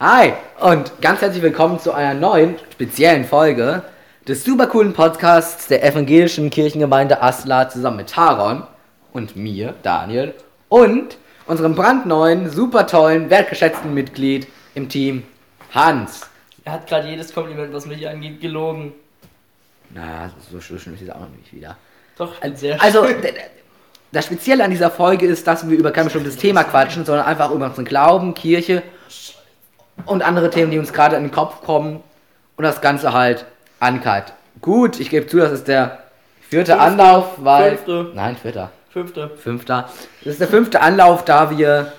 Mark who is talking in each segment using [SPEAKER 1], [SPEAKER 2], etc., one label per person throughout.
[SPEAKER 1] Hi und ganz herzlich willkommen zu einer neuen speziellen Folge des supercoolen Podcasts der evangelischen Kirchengemeinde Asla zusammen mit Taron und mir, Daniel, und unserem brandneuen, super tollen, wertgeschätzten Mitglied im Team, Hans.
[SPEAKER 2] Er hat gerade jedes Kompliment, was mich angeht, gelogen.
[SPEAKER 1] Na, so schlimm ist es auch noch nicht wieder.
[SPEAKER 2] Doch, ich bin sehr
[SPEAKER 1] Also, d- d- das Spezielle an dieser Folge ist, dass wir über kein bestimmtes Thema quatschen, sondern einfach über unseren Glauben, Kirche und andere Themen, die uns gerade in den Kopf kommen und das Ganze halt ankalt. Gut, ich gebe zu, das ist der vierte
[SPEAKER 2] Fünfte.
[SPEAKER 1] Anlauf, weil.
[SPEAKER 2] Fünfte.
[SPEAKER 1] Nein, vierter.
[SPEAKER 2] Fünfte.
[SPEAKER 1] Fünfter. Das ist der fünfte Anlauf, da wir.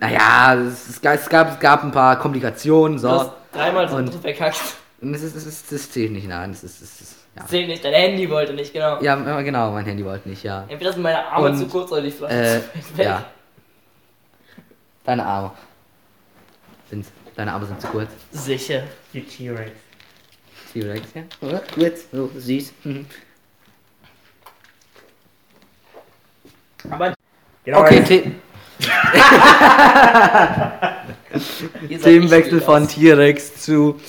[SPEAKER 1] Naja, es, es, gab- es, gab, es gab ein paar Komplikationen,
[SPEAKER 2] Du
[SPEAKER 1] so.
[SPEAKER 2] hast dreimal
[SPEAKER 1] Und-
[SPEAKER 2] so verkackt.
[SPEAKER 1] Und es ist, es ist, es zählt nicht, nein, es ist, es ist, ja.
[SPEAKER 2] Zählt nicht, dein Handy wollte nicht, genau.
[SPEAKER 1] Ja, ja, genau, mein Handy wollte nicht, ja.
[SPEAKER 2] Entweder sind meine Arme
[SPEAKER 1] Und,
[SPEAKER 2] zu kurz oder die Flasche
[SPEAKER 1] Äh,
[SPEAKER 2] zu weit weg.
[SPEAKER 1] ja. Deine Arme. Sind, deine Arme sind zu kurz.
[SPEAKER 2] Sicher.
[SPEAKER 3] Die T-Rex.
[SPEAKER 1] T-Rex, ja? Oder? Kurz, so süß. Mhm.
[SPEAKER 3] Aber. Genau,
[SPEAKER 1] Okay,
[SPEAKER 3] jetzt-
[SPEAKER 1] The
[SPEAKER 2] Ihr seid
[SPEAKER 1] Themenwechsel
[SPEAKER 2] nicht
[SPEAKER 1] von
[SPEAKER 2] gut
[SPEAKER 1] T-Rex zu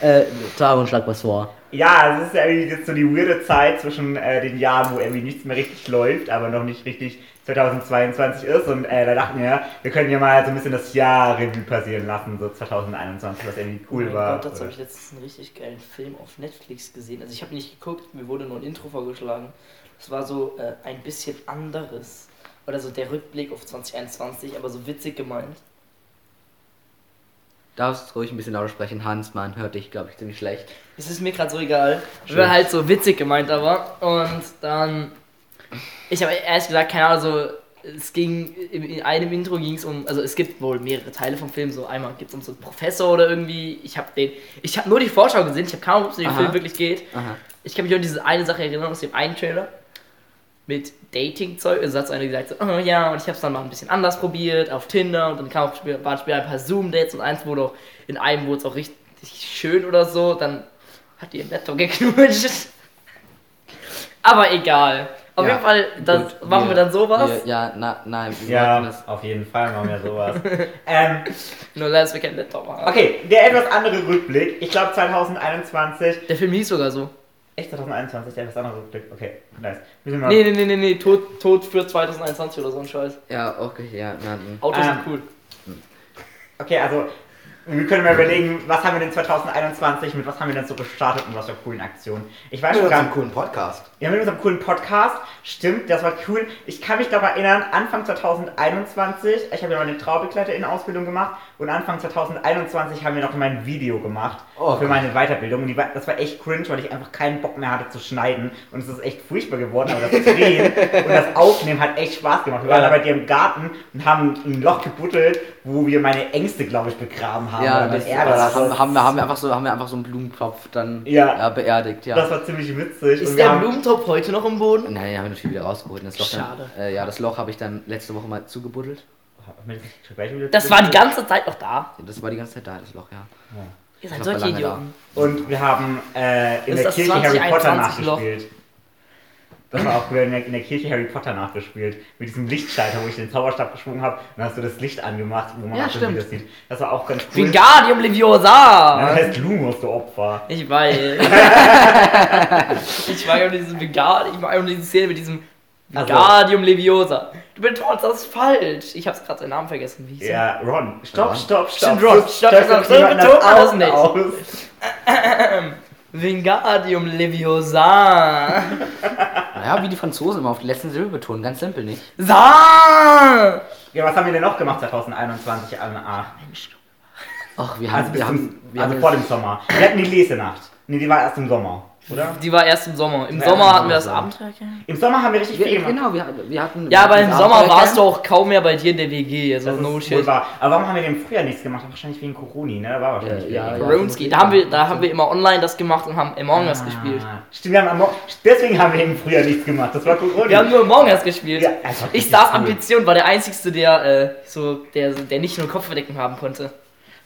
[SPEAKER 1] äh, Taron, schlag was vor.
[SPEAKER 3] ja, es ist ja irgendwie jetzt so die weirde Zeit zwischen äh, den Jahren, wo irgendwie nichts mehr richtig läuft, aber noch nicht richtig 2022 ist. Und äh, da dachten wir, ja, wir können ja mal so ein bisschen das Jahr Revue passieren lassen, so 2021, was irgendwie
[SPEAKER 2] aus.
[SPEAKER 3] cool
[SPEAKER 2] Oh mein
[SPEAKER 3] war.
[SPEAKER 2] Gott, dazu
[SPEAKER 3] Oder-
[SPEAKER 2] habe ich letztens einen richtig geilen Film auf Netflix gesehen. Also ich habe nicht geguckt, mir wurde nur ein Intro vorgeschlagen. Das war so äh, ein bisschen anderes. Oder so der Rückblick auf 2021, aber so witzig gemeint.
[SPEAKER 1] Darfst ruhig ein bisschen lauter sprechen, Hans, man hört dich, glaube ich, ziemlich schlecht.
[SPEAKER 2] Es ist mir gerade so egal.
[SPEAKER 1] Schön.
[SPEAKER 2] War halt so witzig gemeint, aber. Und dann. Ich habe ehrlich gesagt keine Ahnung, so. Es ging, im- in einem Intro ging es um, also es gibt wohl mehrere Teile vom Film, so einmal gibt es um so einen Professor oder irgendwie, ich habe den, ich habe nur die Vorschau gesehen, ich habe keine Ahnung, ob es um den
[SPEAKER 1] Aha.
[SPEAKER 2] Film wirklich geht.
[SPEAKER 1] Aha.
[SPEAKER 2] Ich kann mich nur an diese eine Sache erinnern aus dem einen Trailer. Mit Dating-Zeug. Also hat einer gesagt, so, oh ja, und ich hab's dann mal ein bisschen anders probiert, auf Tinder. Und dann kam auch später, waren später ein paar Zoom-Dates und eins wurde auch, in einem wurde es auch richtig schön oder so. Dann hat die im Laptop geknutscht. Aber egal. Auf
[SPEAKER 1] Ja,
[SPEAKER 2] jeden Fall, das
[SPEAKER 1] Gut,
[SPEAKER 2] machen wir, dann sowas.
[SPEAKER 1] Wir, ja, na, nein, wir sollten
[SPEAKER 3] Ja,
[SPEAKER 1] das.
[SPEAKER 3] auf jeden Fall machen wir sowas. ähm,
[SPEAKER 2] Nur leider, dass wir keinen Laptop haben.
[SPEAKER 3] okay, der etwas andere Rückblick. Ich glaube 2021.
[SPEAKER 2] Der Film hieß sogar so.
[SPEAKER 3] Echt 2021, der etwas andere Rückblick. Okay, nice. Müssen wir
[SPEAKER 2] Nee, nee, nee, nee, nee. Tod, Tod für 2021 oder so ein Scheiß.
[SPEAKER 1] Ja, okay, ja, na, hm.
[SPEAKER 2] Autos
[SPEAKER 3] Ah.
[SPEAKER 2] sind cool.
[SPEAKER 3] Okay, also wir können mal überlegen, was haben wir denn 2021, mit was haben wir denn so gestartet und was für coolen Aktionen. Ich weiß schon gar nicht.
[SPEAKER 1] coolen Podcast.
[SPEAKER 3] Ja, mit unserem coolen Podcast. Stimmt, das war cool. Ich kann mich daran erinnern, Anfang 2021, ich habe ja meine Traubegleiterin-Ausbildung gemacht und Anfang 2021 haben wir noch mein Video gemacht
[SPEAKER 1] Oh
[SPEAKER 3] für
[SPEAKER 1] Gott.
[SPEAKER 3] meine Weiterbildung. Und die, war- das war echt cringe, weil ich einfach keinen Bock mehr hatte zu schneiden. Und es ist echt furchtbar geworden, aber das Drehen und das Aufnehmen hat echt Spaß gemacht. Wir waren
[SPEAKER 2] Ja.
[SPEAKER 3] da bei dir im Garten und haben ein Loch gebuddelt, wo wir meine Ängste, glaube ich, begraben haben.
[SPEAKER 1] Ja,
[SPEAKER 3] oder
[SPEAKER 1] das,
[SPEAKER 3] beerdigt.
[SPEAKER 1] das haben, haben, wir, haben, wir einfach so, haben wir einfach so einen Blumentopf dann
[SPEAKER 3] Ja.
[SPEAKER 1] beerdigt, ja.
[SPEAKER 3] Das war ziemlich witzig.
[SPEAKER 2] Ist
[SPEAKER 3] Und wir
[SPEAKER 2] der
[SPEAKER 3] haben-
[SPEAKER 2] Blumentopf heute noch im Boden?
[SPEAKER 1] Nein, den haben wir natürlich wieder rausgeholt. Das Loch
[SPEAKER 2] Schade.
[SPEAKER 1] Dann, äh, ja, das Loch habe ich dann letzte Woche mal zugebuddelt.
[SPEAKER 2] Das war die ganze Zeit noch da.
[SPEAKER 1] Das war die ganze Zeit da, das Loch, ja.
[SPEAKER 2] Ihr seid
[SPEAKER 1] Das war
[SPEAKER 2] solche
[SPEAKER 1] lange da.
[SPEAKER 2] Idioten.
[SPEAKER 3] Und wir haben äh, in
[SPEAKER 2] Ist
[SPEAKER 3] der
[SPEAKER 2] das
[SPEAKER 3] Kirche Harry Potter
[SPEAKER 2] 2021 Loch?
[SPEAKER 3] nachgespielt. Das war auch cool, wir haben in der, in der Kirche Harry Potter nachgespielt. Mit diesem Lichtschalter, wo ich den Zauberstab geschwungen habe. Dann hast du das Licht angemacht, wo man
[SPEAKER 1] Ja,
[SPEAKER 3] auch schon
[SPEAKER 1] stimmt.
[SPEAKER 3] wieder sieht. Das war auch ganz cool.
[SPEAKER 2] Wingardium
[SPEAKER 3] Das
[SPEAKER 2] Leviosa!
[SPEAKER 3] heißt Lumos, du Opfer.
[SPEAKER 2] Ich weiß. ich mag auch diesen Vingard, ich mag auch diese Szene mit diesem
[SPEAKER 3] Also.
[SPEAKER 2] Wingardium Leviosa. Du betonst das falsch. Ich hab's gerade seinen Namen vergessen. Wie hieß er?
[SPEAKER 3] Ja, Ron. Stopp,
[SPEAKER 1] Ron.
[SPEAKER 3] stopp, stopp.
[SPEAKER 2] Stimmt, Ron,
[SPEAKER 3] So
[SPEAKER 2] stopp,
[SPEAKER 3] stört
[SPEAKER 2] stopp,
[SPEAKER 3] doch
[SPEAKER 2] so
[SPEAKER 3] niemand
[SPEAKER 2] betont man das nicht.
[SPEAKER 3] Aus.
[SPEAKER 2] Wingardium Leviosa.
[SPEAKER 1] Naja, wie die Franzosen immer auf die letzten Silbe betonen, ganz simpel nicht.
[SPEAKER 2] Sa!
[SPEAKER 3] Ja, was haben wir denn noch gemacht 2021 am A?
[SPEAKER 1] Ach, wir
[SPEAKER 3] Also,
[SPEAKER 1] haben,
[SPEAKER 3] bis
[SPEAKER 1] wir
[SPEAKER 3] zum,
[SPEAKER 1] haben, wir
[SPEAKER 3] also
[SPEAKER 1] haben
[SPEAKER 3] vor dem Sommer. Wir hatten die Lesenacht. Nee, die war erst im Sommer, oder?
[SPEAKER 2] Die war erst im Sommer. Im
[SPEAKER 3] Ja,
[SPEAKER 2] Sommer
[SPEAKER 3] im
[SPEAKER 2] hatten wir das
[SPEAKER 1] Sommer.
[SPEAKER 2] Abenteuer.
[SPEAKER 3] Im Sommer haben wir richtig
[SPEAKER 1] wir,
[SPEAKER 3] viel gemacht.
[SPEAKER 1] genau, wir, wir hatten.
[SPEAKER 2] Ja,
[SPEAKER 1] wir
[SPEAKER 2] aber
[SPEAKER 1] hatten
[SPEAKER 2] im
[SPEAKER 1] das
[SPEAKER 2] Sommer
[SPEAKER 1] Abenteuer
[SPEAKER 2] warst du
[SPEAKER 1] Camp.
[SPEAKER 2] auch kaum mehr bei dir in der WG. Also
[SPEAKER 3] Das
[SPEAKER 2] no
[SPEAKER 3] ist wohl
[SPEAKER 2] shit.
[SPEAKER 3] wahr. Aber warum haben wir im Frühjahr nichts gemacht? Wahrscheinlich wegen Corona, ne? Da war wahrscheinlich
[SPEAKER 1] Ja,
[SPEAKER 3] wegen
[SPEAKER 1] ja,
[SPEAKER 3] Corona.
[SPEAKER 2] Rounski, da haben wir, da haben wir immer online das gemacht und haben Among Us gespielt.
[SPEAKER 3] Ah, Stimmt, wir haben am Morgen- deswegen haben wir im Frühjahr nichts gemacht. Das war Corona.
[SPEAKER 2] Wir haben nur Among Us gespielt.
[SPEAKER 3] Ja, also das war
[SPEAKER 2] ich
[SPEAKER 3] richtig
[SPEAKER 2] saß am
[SPEAKER 3] cool.
[SPEAKER 2] PC und war der Einzige, der äh, so, der, der nicht nur Kopfverdeckung haben konnte.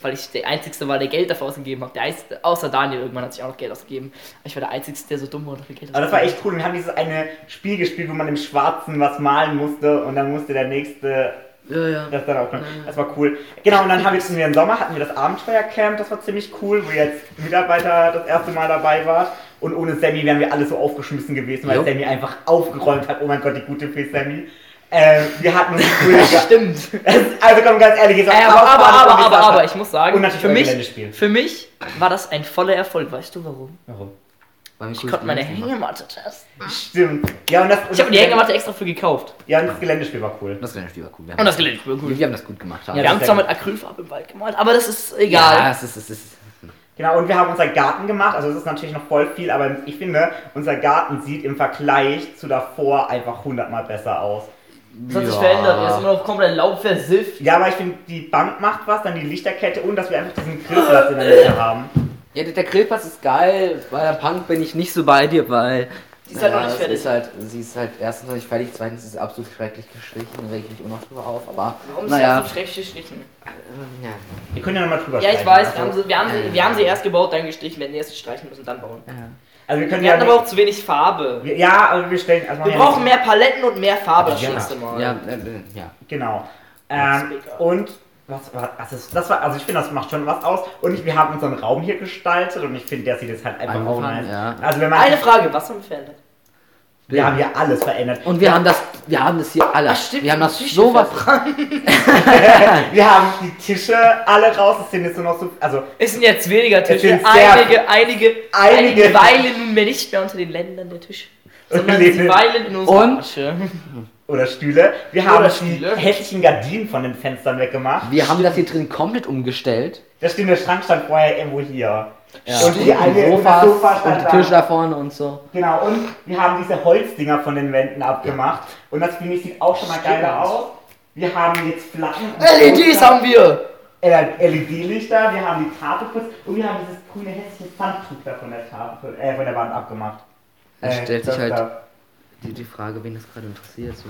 [SPEAKER 2] Weil ich der Einzige war, der Geld dafür ausgegeben hat. Der Einzige, außer Daniel, irgendwann hat sich auch noch Geld ausgegeben. Aber ich war der Einzige, der so dumm war und dafür Geld
[SPEAKER 3] Aber das war echt cool. Wir haben dieses eine Spiel gespielt, wo man im Schwarzen was malen musste und dann musste der nächste
[SPEAKER 2] Ja, ja.
[SPEAKER 3] Das, dann auch, das war cool. Genau, und dann haben wir wir im Sommer hatten wir das Abenteuercamp, das war ziemlich cool, wo jetzt Mitarbeiter das erste Mal dabei war. Und ohne Sammy wären wir alle so aufgeschmissen gewesen, weil
[SPEAKER 1] Jo.
[SPEAKER 3] Sammy einfach aufgeräumt hat. Oh mein Gott, die gute Fee Sammy. Äh, wir hatten uns cool
[SPEAKER 2] Stimmt.
[SPEAKER 3] Also komm, ganz ehrlich, jetzt
[SPEAKER 2] Äh,
[SPEAKER 3] auch
[SPEAKER 2] aber, aber,
[SPEAKER 3] Aufbahn
[SPEAKER 2] aber,
[SPEAKER 3] und die
[SPEAKER 2] aber,
[SPEAKER 3] Sache.
[SPEAKER 2] aber, ich muss sagen,
[SPEAKER 3] Und natürlich
[SPEAKER 2] für
[SPEAKER 3] euer
[SPEAKER 2] mich,
[SPEAKER 3] Geländespiel.
[SPEAKER 2] für mich war das ein voller Erfolg. Weißt du warum?
[SPEAKER 3] Warum?
[SPEAKER 1] Weil mich
[SPEAKER 2] Ich konnte meine Hängematte testen.
[SPEAKER 3] Stimmt. Ja, und das, und
[SPEAKER 2] Ich habe
[SPEAKER 3] das
[SPEAKER 2] die Hängematte extra für gekauft.
[SPEAKER 3] Ja, und das Geländespiel war cool.
[SPEAKER 1] Das Geländespiel war cool. Wir haben
[SPEAKER 2] Und das Gelände war
[SPEAKER 1] Wir,
[SPEAKER 2] cool.
[SPEAKER 1] wir haben das gut gemacht.
[SPEAKER 2] Wir
[SPEAKER 3] das
[SPEAKER 2] haben
[SPEAKER 3] ist
[SPEAKER 2] zwar
[SPEAKER 3] sehr
[SPEAKER 2] mit Acrylfarbe im Wald gemalt, aber das ist egal.
[SPEAKER 1] ja, es ist, es ist.
[SPEAKER 3] Genau, und wir haben unseren Garten gemacht, also es ist natürlich noch voll viel, aber ich finde, unser Garten sieht im Vergleich zu davor einfach hundertmal besser aus.
[SPEAKER 2] Das hat sich
[SPEAKER 1] Ja.
[SPEAKER 2] verändert. Er ist immer noch komplett laubversifft.
[SPEAKER 3] Ja, aber ich finde, die Bank macht was, dann die Lichterkette und dass wir einfach diesen Grillplatz in der Mitte haben.
[SPEAKER 1] Ja, der- der Grillpass ist geil. Bei der Punk bin ich nicht so bei dir, weil.
[SPEAKER 2] Die ist halt noch
[SPEAKER 1] Ja,
[SPEAKER 2] nicht
[SPEAKER 1] das
[SPEAKER 2] fertig.
[SPEAKER 1] Ist halt, sie ist halt erstens noch nicht fertig, zweitens ist es absolut schrecklich gestrichen, reg ich mich immer noch drüber auf, aber.
[SPEAKER 2] Warum ist
[SPEAKER 1] naja.
[SPEAKER 2] das so schlecht gestrichen?
[SPEAKER 1] ja.
[SPEAKER 3] Wir können ja nochmal drüber
[SPEAKER 2] Ja, ich
[SPEAKER 3] streichen,
[SPEAKER 2] weiß, wir haben,
[SPEAKER 3] Also,
[SPEAKER 2] sie, wir, haben sie, wir haben sie erst gebaut, dann gestrichen. Wir hätten erst streichen müssen, dann bauen.
[SPEAKER 3] also wir können
[SPEAKER 2] Wir
[SPEAKER 3] ja.
[SPEAKER 2] hatten aber auch
[SPEAKER 3] Nicht,
[SPEAKER 2] zu wenig Farbe.
[SPEAKER 3] wir, ja, aber wir stellen erstmal.
[SPEAKER 2] Wir
[SPEAKER 3] ja
[SPEAKER 2] brauchen mehr Paletten und mehr Farbe das
[SPEAKER 3] Ja.
[SPEAKER 2] nächste Mal.
[SPEAKER 1] Ja, äh, äh, ja.
[SPEAKER 3] Genau. Ähm, und was war das? Ist, das war, also ich finde, das macht schon was aus. Und ich, wir haben unseren Raum hier gestaltet und ich finde, der sieht jetzt halt einfach auch
[SPEAKER 1] Angefangen,
[SPEAKER 3] nice.
[SPEAKER 1] ja.
[SPEAKER 3] Also wenn man.
[SPEAKER 2] Eine Frage, was haben wir verändert?
[SPEAKER 3] wir haben hier alles verändert.
[SPEAKER 1] Und wir haben das. Wir haben das hier alles. wir haben das
[SPEAKER 2] Küche
[SPEAKER 1] so was.
[SPEAKER 2] verbrannt.
[SPEAKER 3] Wir haben die Tische alle raus, es sind jetzt nur noch so. Also,
[SPEAKER 2] Es sind jetzt weniger
[SPEAKER 3] Es
[SPEAKER 2] Tische.
[SPEAKER 3] sind sehr-
[SPEAKER 2] Einige, einige,
[SPEAKER 3] Einige-
[SPEAKER 2] einige weilen nunmehr nicht mehr unter den Ländern der Tisch. Sondern
[SPEAKER 3] Nee.
[SPEAKER 2] sie weilen in unserer
[SPEAKER 1] Und?
[SPEAKER 2] Asche.
[SPEAKER 3] oder Stühle. Wir haben
[SPEAKER 2] Stühle.
[SPEAKER 3] die hässlichen Gardinen von den Fenstern weggemacht.
[SPEAKER 1] Wir haben das hier drin komplett umgestellt.
[SPEAKER 3] Da steht der Schrank stand vorher irgendwo hier. Und die
[SPEAKER 1] Stimmt,
[SPEAKER 3] eine und
[SPEAKER 1] Sofas
[SPEAKER 3] das Sofa stand
[SPEAKER 1] und die
[SPEAKER 3] da.
[SPEAKER 1] Tische da vorne und so.
[SPEAKER 3] Genau, und wir haben diese Holzdinger von den Wänden abgemacht. Und das finde ich sieht auch schon mal
[SPEAKER 2] Stimmt. E
[SPEAKER 3] geiler aus. Wir haben jetzt Flaggen. und
[SPEAKER 2] LEDs haben wir!
[SPEAKER 3] Äh, LED-Lichter, wir haben die Tafel kurz und wir haben dieses grüne hässliche Pfandtuch da von der Tafel, äh, von der Wand abgemacht. Äh,
[SPEAKER 1] Da stellt sich
[SPEAKER 3] das
[SPEAKER 1] halt-
[SPEAKER 3] da.
[SPEAKER 1] Die, die Frage, wen das gerade interessiert. So.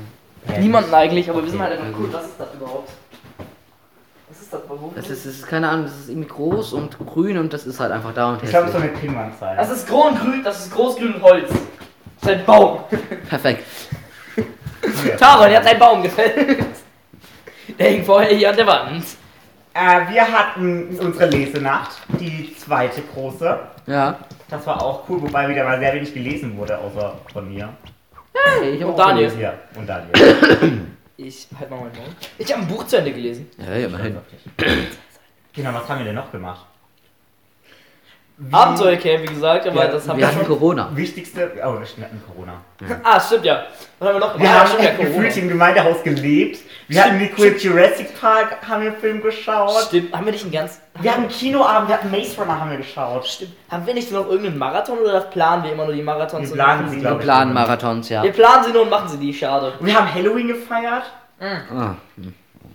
[SPEAKER 2] Niemanden eigentlich, aber wir sind halt
[SPEAKER 1] na
[SPEAKER 2] einfach
[SPEAKER 1] gut.
[SPEAKER 2] cool. Was ist das überhaupt? Was ist das überhaupt?
[SPEAKER 1] Es ist, es ist keine Ahnung, das ist irgendwie groß und grün und das ist halt einfach da und
[SPEAKER 3] Ich glaube, es
[SPEAKER 1] hässlich.
[SPEAKER 3] soll eine Pinwand sein.
[SPEAKER 2] Das ist grün, das ist großgrün und Holz. Das ist ein Baum.
[SPEAKER 1] Perfekt.
[SPEAKER 3] Hier.
[SPEAKER 2] Taron, der hat einen Baum gefällt. Der hing vorher hier an der Wand.
[SPEAKER 3] Äh, wir hatten unsere Lesenacht, die zweite große.
[SPEAKER 1] Ja.
[SPEAKER 3] Das war auch cool, wobei wieder mal sehr wenig gelesen wurde, außer von mir.
[SPEAKER 1] Hey, ich hab
[SPEAKER 2] Und
[SPEAKER 1] auch-
[SPEAKER 2] Daniel.
[SPEAKER 3] Ja, und Daniel.
[SPEAKER 2] Ich halt mal meinen Mund. Ich habe ein Buch zu Ende gelesen.
[SPEAKER 1] Ja, ja, immerhin.
[SPEAKER 3] genau, was haben wir denn noch gemacht?
[SPEAKER 2] Abenteuercamp, wie gesagt, aber
[SPEAKER 3] Ja,
[SPEAKER 2] das haben
[SPEAKER 1] Wir
[SPEAKER 2] wir
[SPEAKER 1] hatten
[SPEAKER 2] schon.
[SPEAKER 1] Corona.
[SPEAKER 3] Wichtigste. Oh, wir hatten Corona.
[SPEAKER 2] Ah, stimmt ja. Was haben wir noch?
[SPEAKER 3] Wir
[SPEAKER 2] ah,
[SPEAKER 3] haben
[SPEAKER 2] stimmt ja
[SPEAKER 3] echt
[SPEAKER 2] Corona.
[SPEAKER 3] gefühlt im Gemeindehaus gelebt. Wir hatten die cool Jurassic Park, haben wir einen Film geschaut.
[SPEAKER 2] Stimmt, haben wir nicht einen ganz.
[SPEAKER 3] Wir hatten Kinoabend, wir hatten Maze Runner, haben wir geschaut.
[SPEAKER 2] Stimmt. Haben wir nicht noch irgendeinen Marathon oder planen wir immer nur die Marathons?
[SPEAKER 3] Wir
[SPEAKER 2] und
[SPEAKER 3] planen
[SPEAKER 2] machen
[SPEAKER 3] sie,
[SPEAKER 2] sie?
[SPEAKER 1] Wir
[SPEAKER 3] glaub
[SPEAKER 1] planen Marathons, ja.
[SPEAKER 2] Wir planen sie nur und machen sie die, schade.
[SPEAKER 3] Wir haben Halloween gefeiert.
[SPEAKER 1] Ah.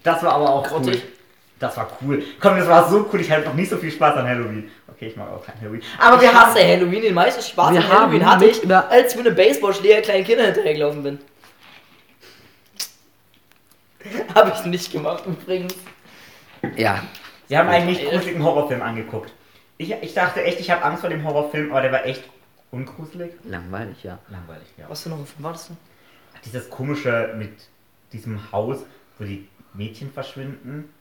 [SPEAKER 3] Das war aber auch
[SPEAKER 2] Grottig.
[SPEAKER 3] cool. Das war cool. Komm, das war so cool. Ich hatte noch nie so viel Spaß an Halloween. Okay, ich mag auch kein Halloween. Aber wir
[SPEAKER 2] Ich hasse
[SPEAKER 3] haben.
[SPEAKER 2] Halloween, den meisten Spaß
[SPEAKER 1] Wir
[SPEAKER 2] an Halloween
[SPEAKER 1] haben
[SPEAKER 2] hatte
[SPEAKER 1] mit
[SPEAKER 2] ich,
[SPEAKER 1] über-
[SPEAKER 2] als ich mit einem Baseballschläger kleinen Kindern hinterhergelaufen bin. Habe ich nicht gemacht übrigens.
[SPEAKER 1] Ja.
[SPEAKER 3] Wir haben eigentlich einen gruseligen Horrorfilm angeguckt. Ich, ich dachte echt, ich habe Angst vor dem Horrorfilm, aber der war echt ungruselig.
[SPEAKER 1] Langweilig, ja.
[SPEAKER 3] Langweilig, ja.
[SPEAKER 2] Was für noch war das denn?
[SPEAKER 3] Dieses komische mit diesem Haus, wo die Mädchen verschwinden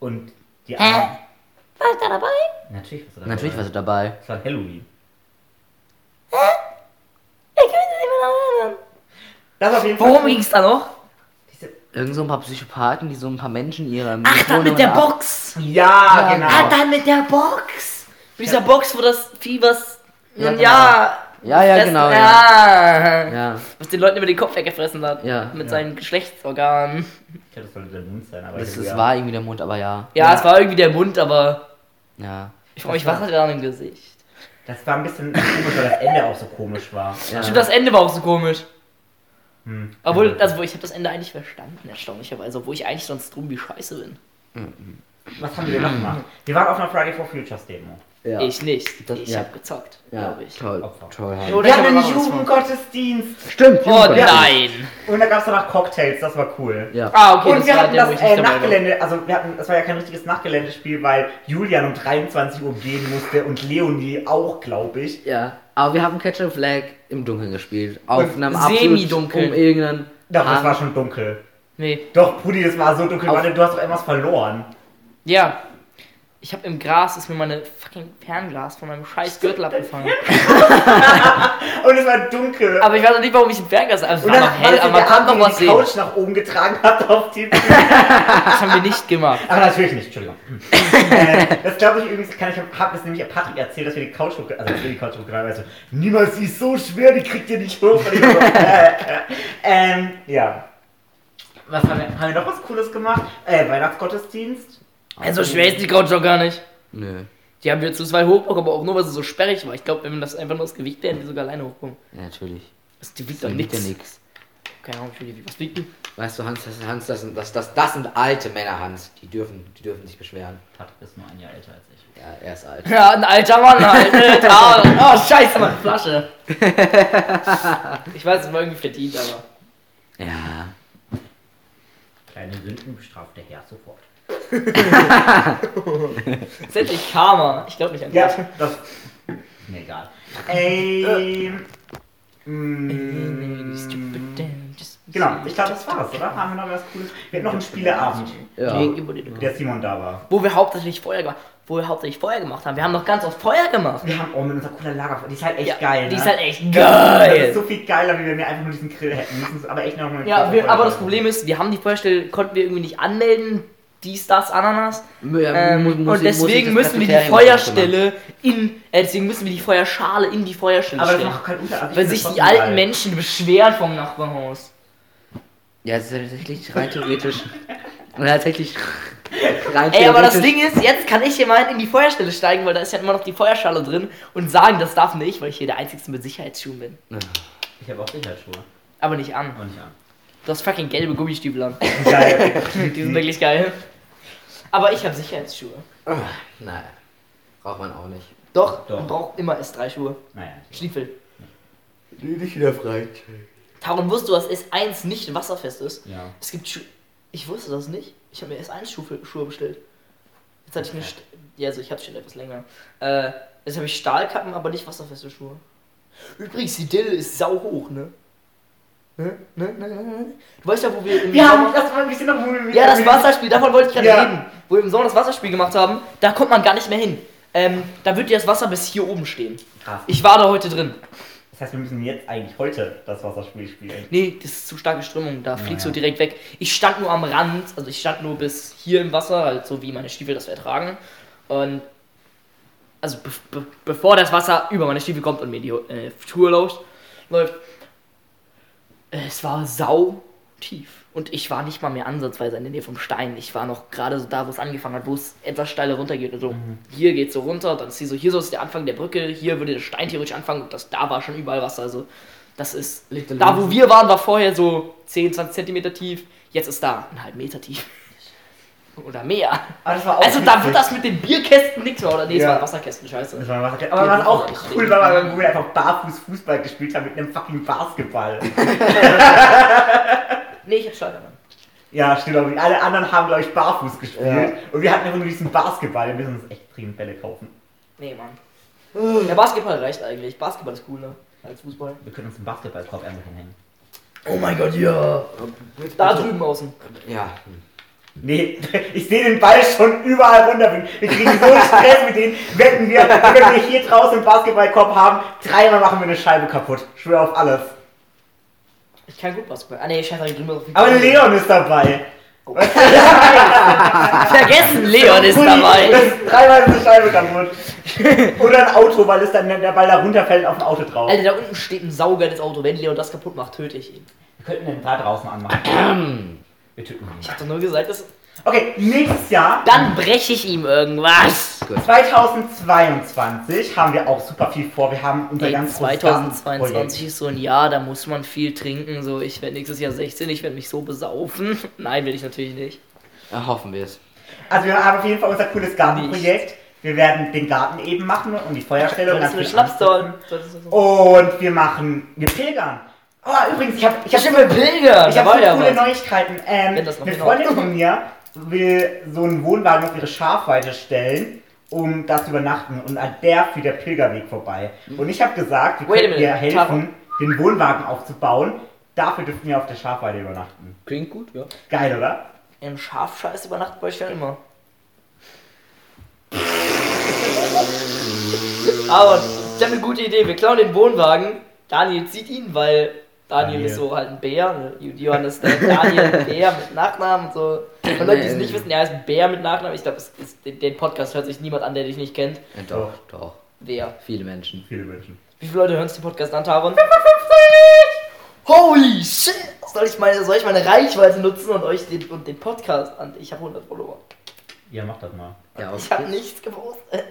[SPEAKER 3] und die anderen.
[SPEAKER 4] Warst du dabei?
[SPEAKER 3] Natürlich was dabei.
[SPEAKER 1] Natürlich warst du dabei.
[SPEAKER 3] Es war Halloween.
[SPEAKER 4] Ich könnte nicht mehr daran erinnern.
[SPEAKER 3] Das war auf jeden Fall.
[SPEAKER 2] Worum ging's da noch?
[SPEAKER 3] Diese-
[SPEAKER 1] Irgend so ein paar Psychopathen, die so ein paar Menschen ihre
[SPEAKER 2] Ach, dann mit der Box!
[SPEAKER 3] Ja, genau.
[SPEAKER 4] Ah, dann mit der Box.
[SPEAKER 2] Mit dieser Box, wo das Vieh was.
[SPEAKER 1] Ja,
[SPEAKER 2] Ja,
[SPEAKER 1] genau. Ja, ja,
[SPEAKER 2] fressen-
[SPEAKER 1] genau. Ja.
[SPEAKER 2] Ja.
[SPEAKER 1] ja.
[SPEAKER 2] Was den Leuten über den Kopf weggefressen hat.
[SPEAKER 1] Ja.
[SPEAKER 2] Mit
[SPEAKER 3] Ja.
[SPEAKER 2] seinen Geschlechtsorganen.
[SPEAKER 3] Ich glaube, das sollte der Mund sein, aber
[SPEAKER 1] Das,
[SPEAKER 3] ich
[SPEAKER 1] das war irgendwie der Mund, aber ja.
[SPEAKER 2] Ja, es war irgendwie der Mund, aber.
[SPEAKER 1] Ja.
[SPEAKER 2] Ich frage mich, was hat er an dem Gesicht?
[SPEAKER 3] Das war ein bisschen komisch, weil das Ende auch so komisch war.
[SPEAKER 1] ja.
[SPEAKER 2] Stimmt, das Ende war auch so komisch.
[SPEAKER 3] Hm.
[SPEAKER 2] Obwohl, also, wo ich habe das Ende eigentlich verstanden, erstaunlicherweise. Obwohl ich eigentlich sonst drum wie scheiße bin.
[SPEAKER 3] Was haben wir denn noch gemacht? Wir waren auf einer Friday for Futures Demo.
[SPEAKER 1] Ja.
[SPEAKER 2] Ich nicht.
[SPEAKER 1] Das-
[SPEAKER 2] ich
[SPEAKER 1] ja.
[SPEAKER 2] hab gezockt,
[SPEAKER 1] ja.
[SPEAKER 2] glaube ich.
[SPEAKER 1] Toll.
[SPEAKER 3] Opfer.
[SPEAKER 1] Toll. halt.
[SPEAKER 2] Oder
[SPEAKER 3] Wir
[SPEAKER 2] ich
[SPEAKER 3] hatten
[SPEAKER 2] hab
[SPEAKER 3] einen
[SPEAKER 2] noch was gemacht.
[SPEAKER 3] Jugendgottesdienst
[SPEAKER 1] Stimmt.
[SPEAKER 2] Oh
[SPEAKER 1] Jugendgottesdienst.
[SPEAKER 2] nein!
[SPEAKER 3] und da gab es danach Cocktails, das war cool.
[SPEAKER 1] Ja.
[SPEAKER 2] Ah, okay,
[SPEAKER 3] und wir
[SPEAKER 2] war
[SPEAKER 3] hatten
[SPEAKER 2] der, wo ich
[SPEAKER 3] das
[SPEAKER 2] nicht
[SPEAKER 3] äh,
[SPEAKER 2] dabei war.
[SPEAKER 3] Nachtgelände, also wir hatten, das war ja kein richtiges Nachtgeländespiel, weil Julian um 23 Uhr gehen musste und Leonie auch, glaube ich.
[SPEAKER 1] Ja. Aber wir haben Catch a Flag im Dunkeln gespielt. Auf
[SPEAKER 3] Und
[SPEAKER 1] einem
[SPEAKER 2] semi-dunkel.
[SPEAKER 1] absolut um irgendeinen
[SPEAKER 3] Doch, es
[SPEAKER 1] Hang.
[SPEAKER 3] war schon dunkel.
[SPEAKER 2] Nee.
[SPEAKER 3] Doch, Brudi, das war so dunkel.
[SPEAKER 2] Ah. Auf-
[SPEAKER 3] Warte, du hast doch irgendwas verloren.
[SPEAKER 2] Ja. Ich hab im Gras, ist mir meine fucking Fernglas von meinem scheiß Gürtel abgefangen.
[SPEAKER 3] Und es war dunkel.
[SPEAKER 2] Aber ich weiß auch nicht, warum ich ein Fernglas habe. Es
[SPEAKER 3] und
[SPEAKER 2] war noch hell,
[SPEAKER 3] hat
[SPEAKER 2] aber man
[SPEAKER 3] der
[SPEAKER 2] kann
[SPEAKER 3] Abend
[SPEAKER 2] doch was
[SPEAKER 3] die
[SPEAKER 2] sehen.
[SPEAKER 3] Couch nach oben getragen hat auf die Tür.
[SPEAKER 2] Das haben wir nicht gemacht.
[SPEAKER 3] Aber natürlich nicht, Entschuldigung. äh, das glaube ich übrigens, kann ich habe das nämlich Patrick erzählt, dass wir die Couch hochgetragen also dass wir die Couch hochgetragen haben. Also, niemals, die ist so schwer, die kriegt ihr nicht hoch. Und ich so, äh, äh, ähm, ja. Was haben wir, haben wir noch was Cooles gemacht? Äh, Weihnachtsgottesdienst.
[SPEAKER 2] Also schwer ist die Couch doch gar nicht.
[SPEAKER 1] Nö.
[SPEAKER 2] Die haben wir zu zwei hochgekommen, aber auch nur, weil sie so sperrig war. Ich glaube, wenn das einfach nur das Gewicht wäre, hätten die sogar alleine hochkommen.
[SPEAKER 1] Ja, natürlich.
[SPEAKER 2] Das, die wiegt
[SPEAKER 1] Da
[SPEAKER 2] doch
[SPEAKER 1] liegt ja
[SPEAKER 2] nichts.
[SPEAKER 1] nix.
[SPEAKER 2] Keine Ahnung, wie viel die wiegt. Was wiegt die?
[SPEAKER 1] Weißt du, Hans, das, Hans das, sind, das, das, das sind alte Männer, Hans. Die dürfen, die dürfen sich beschweren.
[SPEAKER 5] Patrick ist nur ein Jahr älter als ich.
[SPEAKER 1] Ja, er ist alt.
[SPEAKER 2] Ja, ein alter Mann halt. Alter. Oh, scheiße, meine Flasche. Ich weiß, es war irgendwie verdient, aber.
[SPEAKER 1] Ja.
[SPEAKER 5] Kleine Sünden bestraft der Herr sofort.
[SPEAKER 2] Das ist endlich Karma. Ich glaube nicht an
[SPEAKER 3] Ja,
[SPEAKER 2] Gott.
[SPEAKER 3] das.
[SPEAKER 5] Mir egal.
[SPEAKER 3] Ähm.
[SPEAKER 2] Äh,
[SPEAKER 3] mm, Genau, ich glaube, das war's, oder? Haben wir noch was Cooles? Wir hatten noch einen Spieleabend,
[SPEAKER 1] Ja.
[SPEAKER 3] der Simon da war.
[SPEAKER 2] Wo wir hauptsächlich Feuer gemacht wo wir hauptsächlich Feuer gemacht haben. Wir haben noch ganz oft Feuer gemacht.
[SPEAKER 3] Wir haben, oh, mit unserer cooler Lagerfeuer. Die ist halt echt
[SPEAKER 2] Ja,
[SPEAKER 3] geil, ne?
[SPEAKER 2] Die ist halt echt
[SPEAKER 3] Das ist
[SPEAKER 2] geil.
[SPEAKER 3] so viel geiler, wie wenn wir einfach nur diesen Grill hätten. Müssen es aber echt noch mal
[SPEAKER 2] Ja, wir, aber das Problem ist, wir haben die Feuerstelle, konnten wir irgendwie nicht anmelden. Dies, das, Ananas. Ähm, und deswegen müssen wir die Feuerstelle in, äh, deswegen müssen wir die Feuerschale in die Feuerstelle
[SPEAKER 3] Aber das
[SPEAKER 2] stellen.
[SPEAKER 3] macht keinen Unterschied. Ich
[SPEAKER 2] Weil
[SPEAKER 3] finde
[SPEAKER 2] sich
[SPEAKER 3] das
[SPEAKER 2] die
[SPEAKER 3] trotzdem
[SPEAKER 2] alten
[SPEAKER 3] geil.
[SPEAKER 2] Menschen beschweren vom Nachbarhaus.
[SPEAKER 1] Ja, es ist tatsächlich rein theoretisch. Und tatsächlich rein
[SPEAKER 2] Ey, aber das
[SPEAKER 1] theoretisch-
[SPEAKER 2] Ding ist, jetzt kann ich hier mal in die Feuerstelle steigen, weil da ist ja immer noch die Feuerschale drin und sagen, das darf nicht, weil ich hier der Einzige mit Sicherheitsschuhen bin.
[SPEAKER 5] Ich habe auch Sicherheitsschuhe.
[SPEAKER 2] Aber nicht an.
[SPEAKER 5] Aber nicht an.
[SPEAKER 2] Du hast fucking gelbe Gummistiefel an.
[SPEAKER 3] Geil.
[SPEAKER 2] Die sind wirklich geil. Aber ich habe Sicherheitsschuhe.
[SPEAKER 1] Nein, braucht man auch nicht.
[SPEAKER 2] Doch,
[SPEAKER 5] Doch.
[SPEAKER 2] man braucht immer S3-Schuhe.
[SPEAKER 5] Naja.
[SPEAKER 2] Stiefel.
[SPEAKER 1] Die nicht wieder frei.
[SPEAKER 2] Taron, wusstest du, dass S1 nicht wasserfest ist?
[SPEAKER 5] Ja.
[SPEAKER 2] Es gibt Schu Ich wusste das nicht. Ich habe mir S1-Schuhe Schuhe bestellt. Jetzt hatte ich eine. St ja, also ich hatte schon etwas länger. Äh, jetzt habe ich Stahlkappen, aber nicht wasserfeste Schuhe. Übrigens, die Dill ist sau hoch, ne? Ne? Ne? Ne? Ne? ne? Du weißt ja, wo wir im
[SPEAKER 3] Wir haben
[SPEAKER 2] Sommer-
[SPEAKER 3] das war ein bisschen noch Mühe.
[SPEAKER 2] Ja, das Wasserspiel, davon wollte ich gerade
[SPEAKER 3] Ja.
[SPEAKER 2] reden. Wo wir im Sommer das Wasserspiel gemacht haben, da kommt man gar nicht mehr hin. Ähm, da wird dir das Wasser bis hier oben stehen.
[SPEAKER 3] Krass.
[SPEAKER 2] Ich war da heute drin.
[SPEAKER 3] Das heißt, wir müssen jetzt eigentlich heute das Wasserspiel spielen.
[SPEAKER 2] Nee, das ist zu starke Strömung, da fliegst du direkt weg. Ich stand nur am Rand, also ich stand nur bis hier im Wasser, halt so wie meine Stiefel das vertragen. Und also be be bevor das Wasser über meine Stiefel kommt und mir die äh, Tour läuft, läuft, äh, es war sau tief. Und ich war nicht mal mehr ansatzweise in der Nähe vom Stein. Ich war noch gerade so da, wo es angefangen hat, wo es etwas steiler runtergeht. Also hier geht es so runter, dann ist hier so, hier so ist der Anfang der Brücke, hier würde der Stein theoretisch anfangen und das, da war schon überall Wasser. Also das ist,
[SPEAKER 1] Liegt in
[SPEAKER 2] da
[SPEAKER 1] Linsen.
[SPEAKER 2] wo wir waren, war vorher so 10, 20 Zentimeter tief. Jetzt ist da einen halben Meter tief. Oder mehr.
[SPEAKER 3] Aber das war auch
[SPEAKER 2] Also da
[SPEAKER 3] witzig.
[SPEAKER 2] wird das mit den Bierkästen nichts mehr, oder? Nee, es
[SPEAKER 3] Ja.
[SPEAKER 2] waren Wasserkästen, scheiße.
[SPEAKER 3] Das war Wasser. Aber was auch
[SPEAKER 2] Ja,
[SPEAKER 3] cool war, weil wir Bruder einfach barfuß Fußball gespielt haben mit einem fucking Basketball.
[SPEAKER 2] Nee, ich hab Schlagermann.
[SPEAKER 3] Ja, stimmt, aber alle anderen haben, glaube ich, barfuß gespielt.
[SPEAKER 1] Ja.
[SPEAKER 3] Und wir hatten einfach nur diesen Basketball. Wir müssen uns echt dringend Bälle kaufen.
[SPEAKER 2] Nee, Mann. Der Basketball reicht eigentlich. Basketball ist cooler als Fußball.
[SPEAKER 5] Wir können uns einen Basketballkorb einfach hinhängen.
[SPEAKER 2] Oh mein Gott, ja. Da drüben außen.
[SPEAKER 1] Ja.
[SPEAKER 3] Nee, ich sehe den Ball schon überall runter. Wir kriegen so einen Stress mit denen. Wetten wir, wenn wir hier draußen einen Basketballkorb haben, dreimal machen wir eine Scheibe kaputt. Schwör auf alles.
[SPEAKER 2] Ich kann gut Basketball. Ah, nee, scheiße, ich drüben noch.
[SPEAKER 3] Aber Leon ist dabei.
[SPEAKER 2] Vergessen, Leon ist
[SPEAKER 3] Uli, Das
[SPEAKER 2] dabei.
[SPEAKER 3] ist dreimal eine Scheibe kaputt. Oder ein Auto, weil es dann der Ball da runterfällt und auf ein Auto drauf.
[SPEAKER 2] Alter, da unten steht ein saugeiles Auto. Wenn Leon das kaputt macht, töte ich ihn.
[SPEAKER 3] Wir könnten den da draußen anmachen.
[SPEAKER 5] Wir töten ihn.
[SPEAKER 2] Ich hab doch nur gesagt, dass...
[SPEAKER 3] Okay, nächstes Jahr,
[SPEAKER 2] Dann breche ich ihm irgendwas.
[SPEAKER 3] 2022, haben wir auch super viel vor. Wir haben unser
[SPEAKER 2] Ey,
[SPEAKER 3] ganz großes
[SPEAKER 2] 2022 ist so ein Jahr, da muss man viel trinken. So, ich werde nächstes Jahr 16, ich werde mich so besaufen. Nein, will ich natürlich nicht.
[SPEAKER 1] ja, hoffen wir es.
[SPEAKER 3] Also wir haben auf jeden Fall unser cooles Gartenprojekt. Wir werden den Garten eben machen und die Feuerstelle und
[SPEAKER 2] Das ist eine
[SPEAKER 3] viel
[SPEAKER 2] Schnapsdorn.
[SPEAKER 3] anzünden. Und wir machen, wir pilgern. Oh, übrigens, ich habe ich hab,
[SPEAKER 2] immer Pilger.
[SPEAKER 3] ich hab so coole Neuigkeiten. Ähm,
[SPEAKER 2] Wenn das noch
[SPEAKER 3] eine
[SPEAKER 2] genau-
[SPEAKER 3] Freundin von mir will so einen Wohnwagen auf ihre Schafweide stellen, um da zu übernachten. Und an der führt der Pilgerweg vorbei. Und ich habe gesagt, wir
[SPEAKER 2] Hm. Wait a
[SPEAKER 3] können
[SPEAKER 2] minute,
[SPEAKER 3] ihr helfen, den Wohnwagen aufzubauen, Dafür dürften wir auf der Schafweide übernachten.
[SPEAKER 1] Klingt gut, ja.
[SPEAKER 3] Geil, oder?
[SPEAKER 2] Im Schafscheiß übernachten wollte ich ja immer. Aber ich habe eine gute Idee. Wir klauen den Wohnwagen. Daniel zieht ihn, weil Daniel,
[SPEAKER 3] Daniel.
[SPEAKER 2] ist so halt ein Bär. ne? You you understand? Daniel, Bär mit Nachnamen und so. Und Leute, die es nicht wissen, er heißt Bär mit Nachnamen. Ich glaube, den den Podcast hört sich niemand an, der dich nicht kennt.
[SPEAKER 1] ja doch, doch.
[SPEAKER 2] Wer?
[SPEAKER 1] Viele Menschen.
[SPEAKER 3] Viele Menschen.
[SPEAKER 2] Wie viele Leute hören sich den Podcast an, Taron? 55! Holy shit! Soll ich meine, soll ich meine Reichweite nutzen und euch den, und den Podcast an? Ich habe 100 Follower.
[SPEAKER 5] Ja, mach das mal.
[SPEAKER 1] Ja,
[SPEAKER 2] Ich habe
[SPEAKER 1] okay.
[SPEAKER 2] nichts gepostet.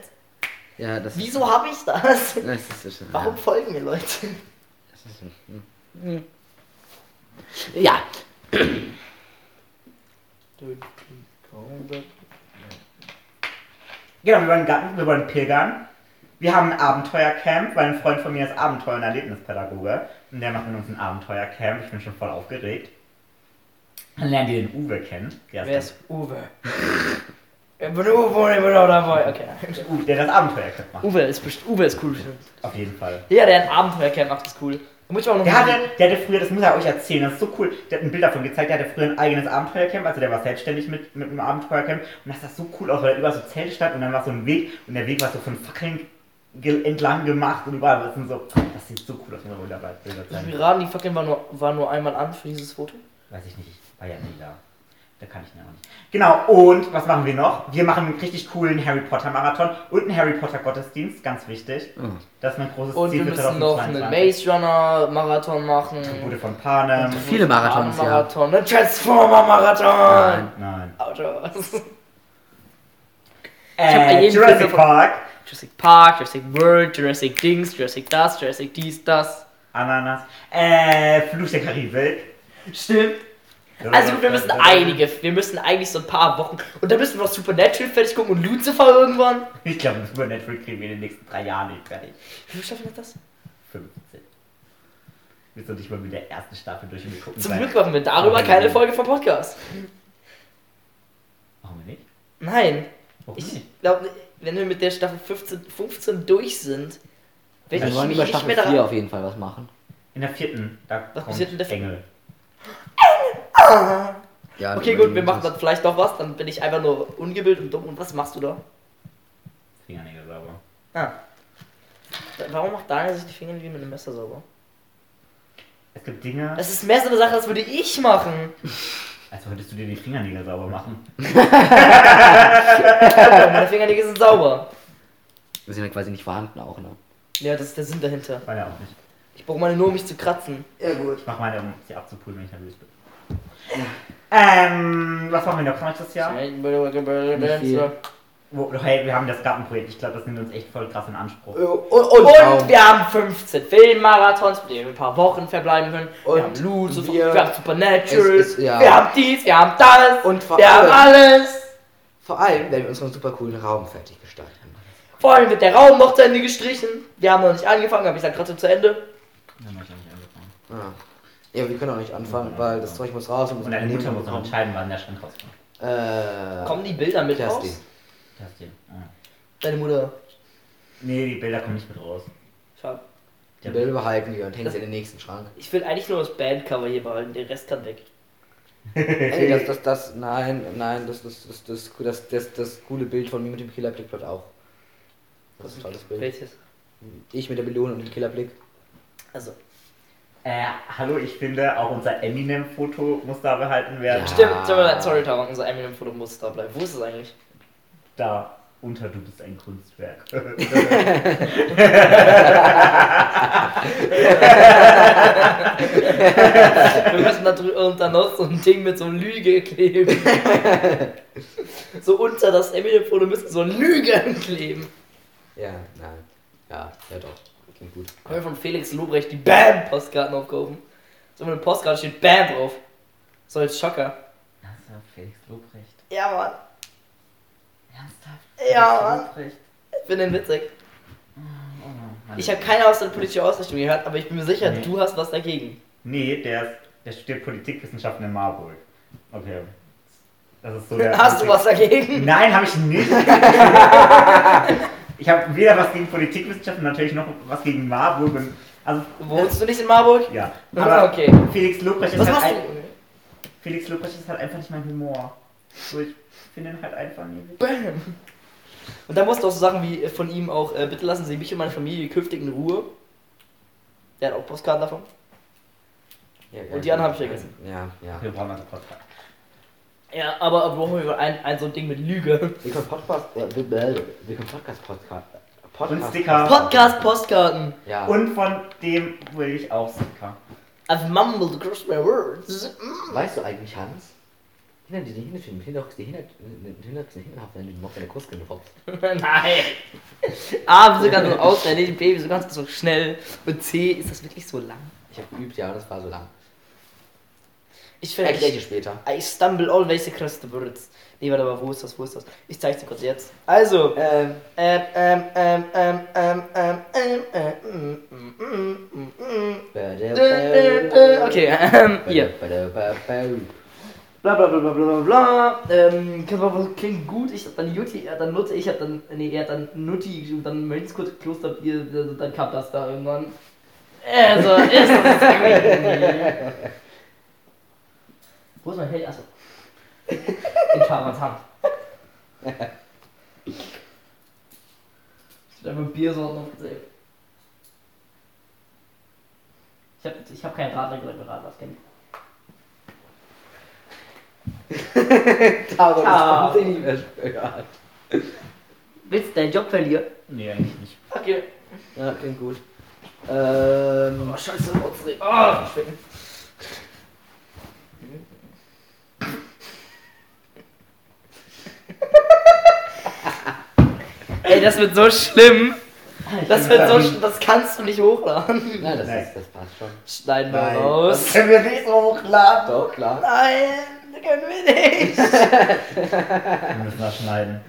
[SPEAKER 1] Ja, das ist.
[SPEAKER 2] Wieso habe ich das?
[SPEAKER 1] Das ist, das ist,
[SPEAKER 2] Warum folgen mir Leute?
[SPEAKER 1] Ja.
[SPEAKER 3] Genau, wir wollen Garten, wir wollen pilgern. Wir haben ein Abenteuercamp, weil ein Freund von mir ist Abenteuer- und Erlebnispädagoge. Und der macht mit uns ein Abenteuercamp. Ich bin schon voll aufgeregt. Dann lernen wir den Uwe kennen. Der
[SPEAKER 2] Wer ist Uwe? Ich bin Uwe und ich bin auch dabei. Okay.
[SPEAKER 3] Uwe, der das Abenteuercamp macht.
[SPEAKER 2] Uwe ist, best- Uwe ist cool. bestimmt.
[SPEAKER 3] Auf jeden Fall.
[SPEAKER 2] Ja, der ein Abenteuercamp macht, ist cool. Da muss ich auch noch
[SPEAKER 3] Der hatte, der hatte früher, das muss er euch erzählen, das ist so cool. Der hat ein Bild davon gezeigt, der hatte früher ein eigenes Abenteuercamp, also der war selbstständig mit, mit einem Abenteuercamp. Und das sah so cool aus, weil überall so Zelte stand und dann war so ein Weg und der Weg war so von Fackeln ge- entlang gemacht und überall. Das, sind so, das sieht so cool aus, wenn man dabei Bilder
[SPEAKER 2] Lass mich
[SPEAKER 3] zeigen.
[SPEAKER 2] raten, die Fackeln waren nur, waren nur einmal an für dieses Foto.
[SPEAKER 3] Weiß ich nicht, ich war ja nie da. Da kann ich ihn auch nicht. Genau, und was machen wir noch? Wir machen einen richtig coolen Harry Potter Marathon und einen Harry Potter Gottesdienst, ganz wichtig. Das ist mein großes
[SPEAKER 2] Und
[SPEAKER 3] Ziel
[SPEAKER 2] wir
[SPEAKER 3] für
[SPEAKER 2] müssen noch einen
[SPEAKER 3] 2022.
[SPEAKER 2] Maze Runner Marathon machen.
[SPEAKER 3] Bude von Panem.
[SPEAKER 1] Viele Marathons, ja.
[SPEAKER 2] Marathon, einen Transformer Marathon.
[SPEAKER 1] Nein.
[SPEAKER 3] Nein.
[SPEAKER 2] Autos. hab bei
[SPEAKER 3] Äh,
[SPEAKER 2] jedem
[SPEAKER 3] Jurassic
[SPEAKER 2] Film
[SPEAKER 3] Park.
[SPEAKER 2] Jurassic Park, Jurassic World, Jurassic Dings, Jurassic das, Jurassic dies, das.
[SPEAKER 3] Ananas. Äh, Fluch der Karibik.
[SPEAKER 2] Stimmt. Also wir müssen einige, wir müssen eigentlich so ein paar Wochen. Und dann müssen wir noch Supernatural fertig gucken und Lucifer irgendwann.
[SPEAKER 3] Ich glaube, das über Netflix kriegen wir in den nächsten drei Jahren nicht fertig.
[SPEAKER 2] Wie viel schaffen wir das?
[SPEAKER 3] 15. Wir sind nicht mal mit der ersten Staffel durch und wir gucken
[SPEAKER 2] Zum
[SPEAKER 3] gleich-
[SPEAKER 2] Glück machen wir darüber keine Folge vom Podcast.
[SPEAKER 3] Warum nicht?
[SPEAKER 2] Nein.
[SPEAKER 3] Warum
[SPEAKER 2] Ich
[SPEAKER 3] nicht?
[SPEAKER 2] glaube, wenn wir mit der Staffel 15, 15 durch sind, werde
[SPEAKER 1] Wir
[SPEAKER 2] ich
[SPEAKER 1] wollen
[SPEAKER 2] mich
[SPEAKER 1] über
[SPEAKER 2] nicht
[SPEAKER 1] Staffel
[SPEAKER 2] mehr
[SPEAKER 1] 4
[SPEAKER 2] daran.
[SPEAKER 1] auf jeden Fall was machen.
[SPEAKER 3] In der vierten, da
[SPEAKER 2] Was
[SPEAKER 3] kommt
[SPEAKER 2] passiert in der vierten?
[SPEAKER 3] Engel.
[SPEAKER 1] Ja,
[SPEAKER 2] Okay, gut, wir machen dann vielleicht noch was, dann bin ich einfach nur ungebildet und dumm. Und was machst du da?
[SPEAKER 5] Fingernägel sauber.
[SPEAKER 2] Ah. Da- Warum macht Daniel sich die Finger wie mit einem Messer sauber?
[SPEAKER 3] Es gibt
[SPEAKER 1] Ah.
[SPEAKER 3] Dinge,
[SPEAKER 2] Das ist mehr so eine Sache, das würde ich machen.
[SPEAKER 3] als würdest also du dir die Fingernägel sauber machen.
[SPEAKER 2] Meine Fingernägel sind sauber.
[SPEAKER 1] Wir sind ja quasi nicht vorhanden auch, ne?
[SPEAKER 2] Ja, das ist der Sinn dahinter.
[SPEAKER 3] War ja auch nicht.
[SPEAKER 2] Ich brauche meine nur, um mich zu kratzen.
[SPEAKER 1] Ja, gut.
[SPEAKER 3] Ich mach meine, um sie abzupulen, wenn ich nervös bin. Ähm, was machen wir noch? Kann ich das Jahr?
[SPEAKER 1] Nicht viel.
[SPEAKER 2] Und,
[SPEAKER 3] Wo, hey, wir haben das Gartenprojekt. Ich glaube, das nimmt uns echt voll krass in Anspruch.
[SPEAKER 2] Äh.
[SPEAKER 1] Oh. Traum.
[SPEAKER 2] wir haben 15 Filmmarathons, mit denen wir ein paar Wochen verbleiben können.
[SPEAKER 1] Und
[SPEAKER 2] wir haben Loot,
[SPEAKER 1] wir-
[SPEAKER 2] wir, haben Supernatural,
[SPEAKER 1] Es ist- ja.
[SPEAKER 2] wir haben dies, wir haben das,
[SPEAKER 1] Und vor
[SPEAKER 2] wir haben alles.
[SPEAKER 1] Vor allem werden wir unseren super coolen Raum fertig gestalten.
[SPEAKER 2] Vor allem wird der Raum noch zu Ende gestrichen. Wir haben noch nicht angefangen, aber ich sag gerade zu Ende.
[SPEAKER 5] Dann hab ich auch nicht angefangen.
[SPEAKER 1] Ja. ja, wir können auch nicht anfangen, weil das Zeug muss raus und muss
[SPEAKER 3] Und deine
[SPEAKER 1] in den
[SPEAKER 3] Mutter muss noch
[SPEAKER 1] Nebenraum.
[SPEAKER 3] entscheiden, wann der Schrank rauskommt.
[SPEAKER 1] Äh.
[SPEAKER 2] Kommen die Bilder mit
[SPEAKER 1] Kerstin.
[SPEAKER 2] raus?
[SPEAKER 5] Das hier. Ah.
[SPEAKER 2] Deine Mutter.
[SPEAKER 3] Nee, die Bilder kommen nicht mit raus.
[SPEAKER 2] Schade.
[SPEAKER 1] Die Bilder behalten wir und hängen sie in den nächsten Schrank.
[SPEAKER 2] Ich will eigentlich nur das Bandcover hier behalten, der Rest kann weg.
[SPEAKER 1] Ey, das, das, das, nein, nein, das, das, das, das, das, das, das coole Bild von mir mit dem Killerblick bleibt auch. Das ist ein tolles Bild.
[SPEAKER 2] Welches?
[SPEAKER 1] Ich mit der Melone und dem Killerblick.
[SPEAKER 2] Also,
[SPEAKER 3] Äh, hallo, ich finde, auch unser Eminem-Foto muss da behalten werden.
[SPEAKER 1] Ja.
[SPEAKER 2] stimmt, tut mir leid, sorry, Taron, unser Eminem-Foto muss da bleiben. Wo ist es eigentlich?
[SPEAKER 3] Da unter, du bist ein Kunstwerk.
[SPEAKER 2] Wir müssen da drü- und dann noch so ein Ding mit so Lüge kleben. so unter das Eminem-Foto müssen so Lügen kleben.
[SPEAKER 1] Ja, nein. Ja, ja doch. Klingt gut.
[SPEAKER 2] Können wir von Felix Lobrecht die Bam-Postkarten aufkaufen? So eine Postkarte steht Bam drauf. So als Schocker.
[SPEAKER 5] Das war Felix Lobrecht.
[SPEAKER 2] Ja, Mann.
[SPEAKER 5] Ernsthaft?
[SPEAKER 2] Ja,
[SPEAKER 5] Felix
[SPEAKER 2] Mann.
[SPEAKER 5] Lobrecht?
[SPEAKER 2] Ich bin denn witzig.
[SPEAKER 5] Oh, Mann.
[SPEAKER 2] Ich habe keine aus der politischen Ausrichtung gehört, aber ich bin mir sicher,
[SPEAKER 3] Nee.
[SPEAKER 2] du hast was dagegen.
[SPEAKER 3] nee, der, ist, der studiert Politikwissenschaften in Marburg. Okay. Das ist so der.
[SPEAKER 2] Hast du was dagegen?
[SPEAKER 3] Nein, habe ich nicht. ich habe weder was gegen Politikwissenschaften, natürlich noch was gegen Marburg und Also,
[SPEAKER 2] Wohnst du nicht in Marburg?
[SPEAKER 3] ja.
[SPEAKER 2] Ah,
[SPEAKER 3] Aber
[SPEAKER 2] okay.
[SPEAKER 3] Felix Lobrecht ist
[SPEAKER 2] Was
[SPEAKER 3] halt
[SPEAKER 2] machst
[SPEAKER 3] ein,
[SPEAKER 2] du?
[SPEAKER 3] Felix Lobrecht ist halt einfach nicht mein Humor. So, ich finde ihn halt einfach nicht.
[SPEAKER 2] Bam. Und da musst du auch so Sachen wie von ihm auch, äh, bitte lassen Sie mich und meine Familie künftig in Ruhe. Der hat auch Postkarten davon. Und die anderen hab ich vergessen.
[SPEAKER 6] Ja, ja.
[SPEAKER 7] Wir brauchen also Podcast.
[SPEAKER 2] Ja, aber aber brauchen wir ein, ein so ein Ding mit Lüge.
[SPEAKER 6] Wir können Podcast, äh, wir, äh, wir können Podcast, Podcast, Podcast.
[SPEAKER 3] Und Sticker.
[SPEAKER 2] Podcast, Postkarten.
[SPEAKER 6] Ja.
[SPEAKER 3] Und von dem will ich auch Sticker.
[SPEAKER 2] I've mumbled across my words.
[SPEAKER 6] weißt du eigentlich, Hans? Hinter diesen Hintertüren, hinter den Hintertüren, hinter wenn du noch deine Kurskunde hoppst.
[SPEAKER 2] Nein. A, wieso kannst du so auswendig? B, wieso kannst du so schnell? Und C, ist das wirklich so lang?
[SPEAKER 6] Ich hab geübt, ja, das war so lang.
[SPEAKER 2] Ich
[SPEAKER 6] Erklär dir
[SPEAKER 2] finde,
[SPEAKER 6] später.
[SPEAKER 2] I stumble always across the words. Nee, warte mal, wo ist das, wo ist das? Ich zeig's dir kurz jetzt. Also,
[SPEAKER 6] Ähm,
[SPEAKER 2] Ähm, ähm, ähm, ähm, ähm, ähm, ähm, ähm, ähm, ähm, ähm, ähm, ähm. Äh, äh, Okay, ähm, hier. Bla bla bla bla bla bla bla. Ähm, kann man was- klingt gut. Ich hab dann Jutti, er hat dann Nutte, ich hab dann, nee, er hat dann Nutti, und dann Mönchskurt, Kloster, Bier, also dann kam das da irgendwann. Also, ist das irgendwie. Wo ist mein Held? Achso. In Karmans Hand. Ich will einfach Bier so noch gesehen. Ich hab, ich hab keinen Radler gesagt, mit Radler, das kenn ich.
[SPEAKER 6] Taron
[SPEAKER 2] Taron.
[SPEAKER 6] ist nicht mehr schwer.
[SPEAKER 2] Willst du deinen Job verlieren?
[SPEAKER 7] Nee, eigentlich nicht.
[SPEAKER 2] Okay.
[SPEAKER 6] Ja, klingt gut. Ähm,
[SPEAKER 2] Oh, scheiße, Rotzregen. Oh, schwitzen. Ey, das wird so schlimm. Das
[SPEAKER 3] halt
[SPEAKER 2] wird so schlimm, das kannst du nicht hochladen.
[SPEAKER 6] nein, das,
[SPEAKER 3] Nein.
[SPEAKER 6] Ist, das passt schon.
[SPEAKER 2] Schneiden wir
[SPEAKER 3] Nein, Das
[SPEAKER 2] raus.
[SPEAKER 3] können wir nicht so hochladen.
[SPEAKER 6] Doch, klar.
[SPEAKER 2] Nein, das können wir nicht.
[SPEAKER 7] Wir müssen das schneiden.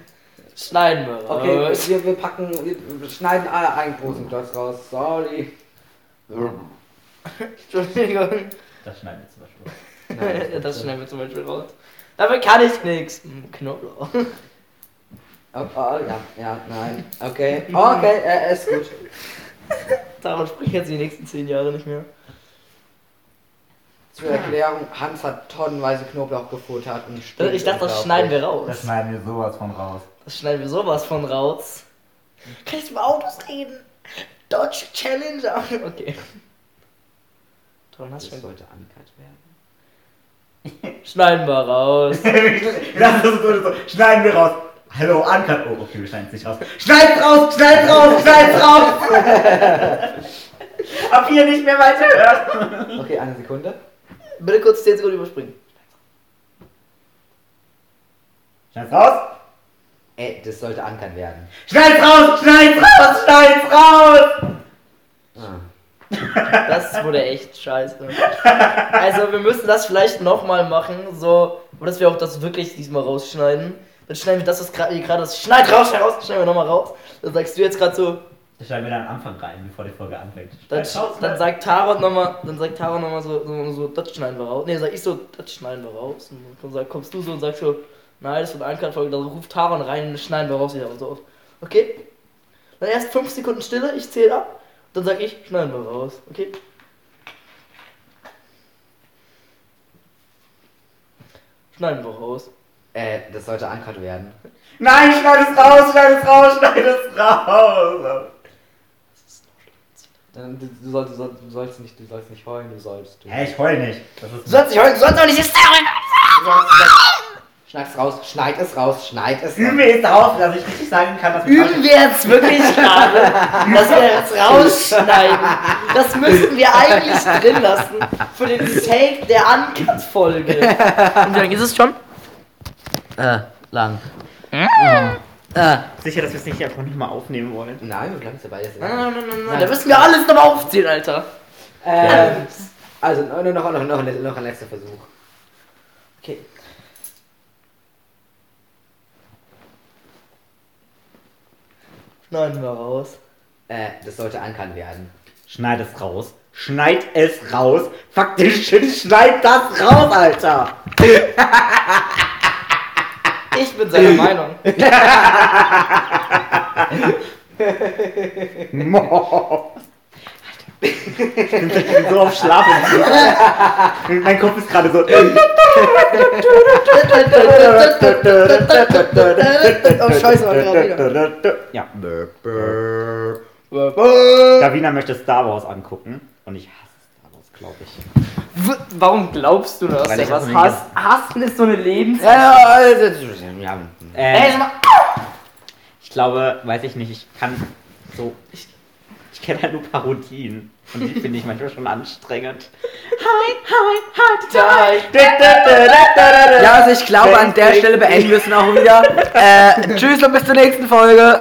[SPEAKER 2] Schneiden wir raus.
[SPEAKER 6] Okay, wir, wir packen, wir wir schneiden alle einen großen Klotz raus. Sorry. Äh, Nein,
[SPEAKER 2] Entschuldigung.
[SPEAKER 7] Das schneiden wir zum Beispiel.
[SPEAKER 2] Das schneiden wir zum Beispiel raus. Dafür kann ich nix. Hm, Knoblauch.
[SPEAKER 6] Oh, oh, ja, ja, nein. Okay, okay, äh, ist gut.
[SPEAKER 2] Daran spreche ich jetzt die nächsten zehn Jahre nicht mehr.
[SPEAKER 6] Zur Erklärung, Hans hat tonnenweise Knoblauch gefuttert und stinkt
[SPEAKER 2] Ich dachte, das schneiden wir raus.
[SPEAKER 3] Das schneiden wir sowas von raus.
[SPEAKER 2] Das schneiden wir sowas von raus. Kann ich über Autos reden? Dodge Challenger. Okay. Toll, hast
[SPEAKER 6] unglaublich. Das
[SPEAKER 2] schon.
[SPEAKER 6] sollte angekattet werden.
[SPEAKER 2] Schneiden wir raus.
[SPEAKER 3] das ist so, so. Schneiden wir raus. Hallo, Uncut. Oh, okay, wir schneiden es nicht raus. Schneid's raus, schneid's raus, schneid's raus. Ab hier nicht mehr weiter.
[SPEAKER 6] Okay, eine Sekunde.
[SPEAKER 2] Bitte kurz 10 Sekunden überspringen.
[SPEAKER 3] Schneid's raus.
[SPEAKER 6] Ey, Äh, das sollte angekattet werden.
[SPEAKER 3] Schneid's raus, schneid's raus, schneid's raus.
[SPEAKER 6] Ah.
[SPEAKER 2] Das wurde echt scheiße. Also, wir müssen das vielleicht nochmal machen, so, aber dass wir auch das wirklich diesmal rausschneiden. Dann schneiden wir das, was gerade gerade das schneid raus, schneid raus, schneiden wir nochmal raus. Dann sagst du jetzt gerade so,
[SPEAKER 7] Das schneiden wir dann am Anfang rein, bevor die Folge anfängt.
[SPEAKER 2] dann,
[SPEAKER 3] Schneid raus,
[SPEAKER 2] dann
[SPEAKER 3] schneid-
[SPEAKER 2] sagt Tarot nochmal, dann sagt Tarot nochmal so, so, so, das schneiden wir raus. Nee, sag ich so, das schneiden wir raus. Und dann sag- kommst du so und sagst so, nein, das wird eine Einkartfolge, dann ruft Tarot rein und das schneiden wir raus wieder und so. Okay? Dann erst 5 Sekunden Stille, ich zähle ab, dann sag ich, schneiden wir raus. Okay? Schneiden wir raus.
[SPEAKER 6] Äh, das sollte angekattet werden.
[SPEAKER 3] Nein, schneid es raus, schneid es raus, schneid es raus.
[SPEAKER 6] Dann- Du, du, sollst, du, sollst, du sollst nicht, du sollst nicht heulen, du sollst. Du
[SPEAKER 3] Hä, ich heul nicht. Das ist
[SPEAKER 2] Du sollst nicht heute, du sollst auch nicht jetzt
[SPEAKER 6] Schneid es raus, schneid es raus, schneid es
[SPEAKER 3] Übel
[SPEAKER 6] raus.
[SPEAKER 3] ist darauf, dass ich richtig sagen kann, was wir
[SPEAKER 2] Üben wir jetzt wirklich gerade, dass wir jetzt rausschneiden. Das müssten wir eigentlich drin lassen für den Sake der Uncut-Folge. Und wie lange ist es schon?
[SPEAKER 6] Äh, lang.
[SPEAKER 1] Äh.
[SPEAKER 3] Sicher, dass wir es nicht einfach nicht mal aufnehmen wollen.
[SPEAKER 6] Nein, wir bleiben jetzt dabei. Jetzt
[SPEAKER 2] Nein,
[SPEAKER 1] Ah.
[SPEAKER 2] nein, nein, nein, nein. Da müssen wir alles nochmal aufziehen, Alter.
[SPEAKER 6] Ähm, also, noch, noch, noch, noch, noch ein letzter Versuch.
[SPEAKER 2] Okay. Schneiden wir raus.
[SPEAKER 6] Äh, das sollte angekattet werden.
[SPEAKER 3] Schneid es raus. Schneid es raus. Fuck den Shit, schneid das raus, Alter.
[SPEAKER 2] Ich bin seiner Meinung.
[SPEAKER 3] Mo. Ich bin so auf Schlaf. mein Kopf ist gerade so.
[SPEAKER 1] Oh, scheiße, war gerade wieder.
[SPEAKER 3] Ja.
[SPEAKER 1] W-
[SPEAKER 3] Davina möchte Star Wars angucken und ich hasse Star Wars, glaube ich.
[SPEAKER 2] Warum glaubst du das?
[SPEAKER 3] Weil ich
[SPEAKER 2] was
[SPEAKER 3] das
[SPEAKER 2] Hass, Hassen ist so eine Lebens...
[SPEAKER 1] Ja, ja, ja.
[SPEAKER 2] Ey,
[SPEAKER 3] Äh,
[SPEAKER 2] sag mal,
[SPEAKER 3] ich glaube, weiß ich nicht, ich kann so. Ich, ich kenne halt nur Parodien. Und die finde ich manchmal schon anstrengend. Hi, hi, hi,
[SPEAKER 2] Alter.
[SPEAKER 1] Ja, also ich glaube, an der Stelle beenden wir es auch wieder. Äh, tschüss und bis zur nächsten Folge.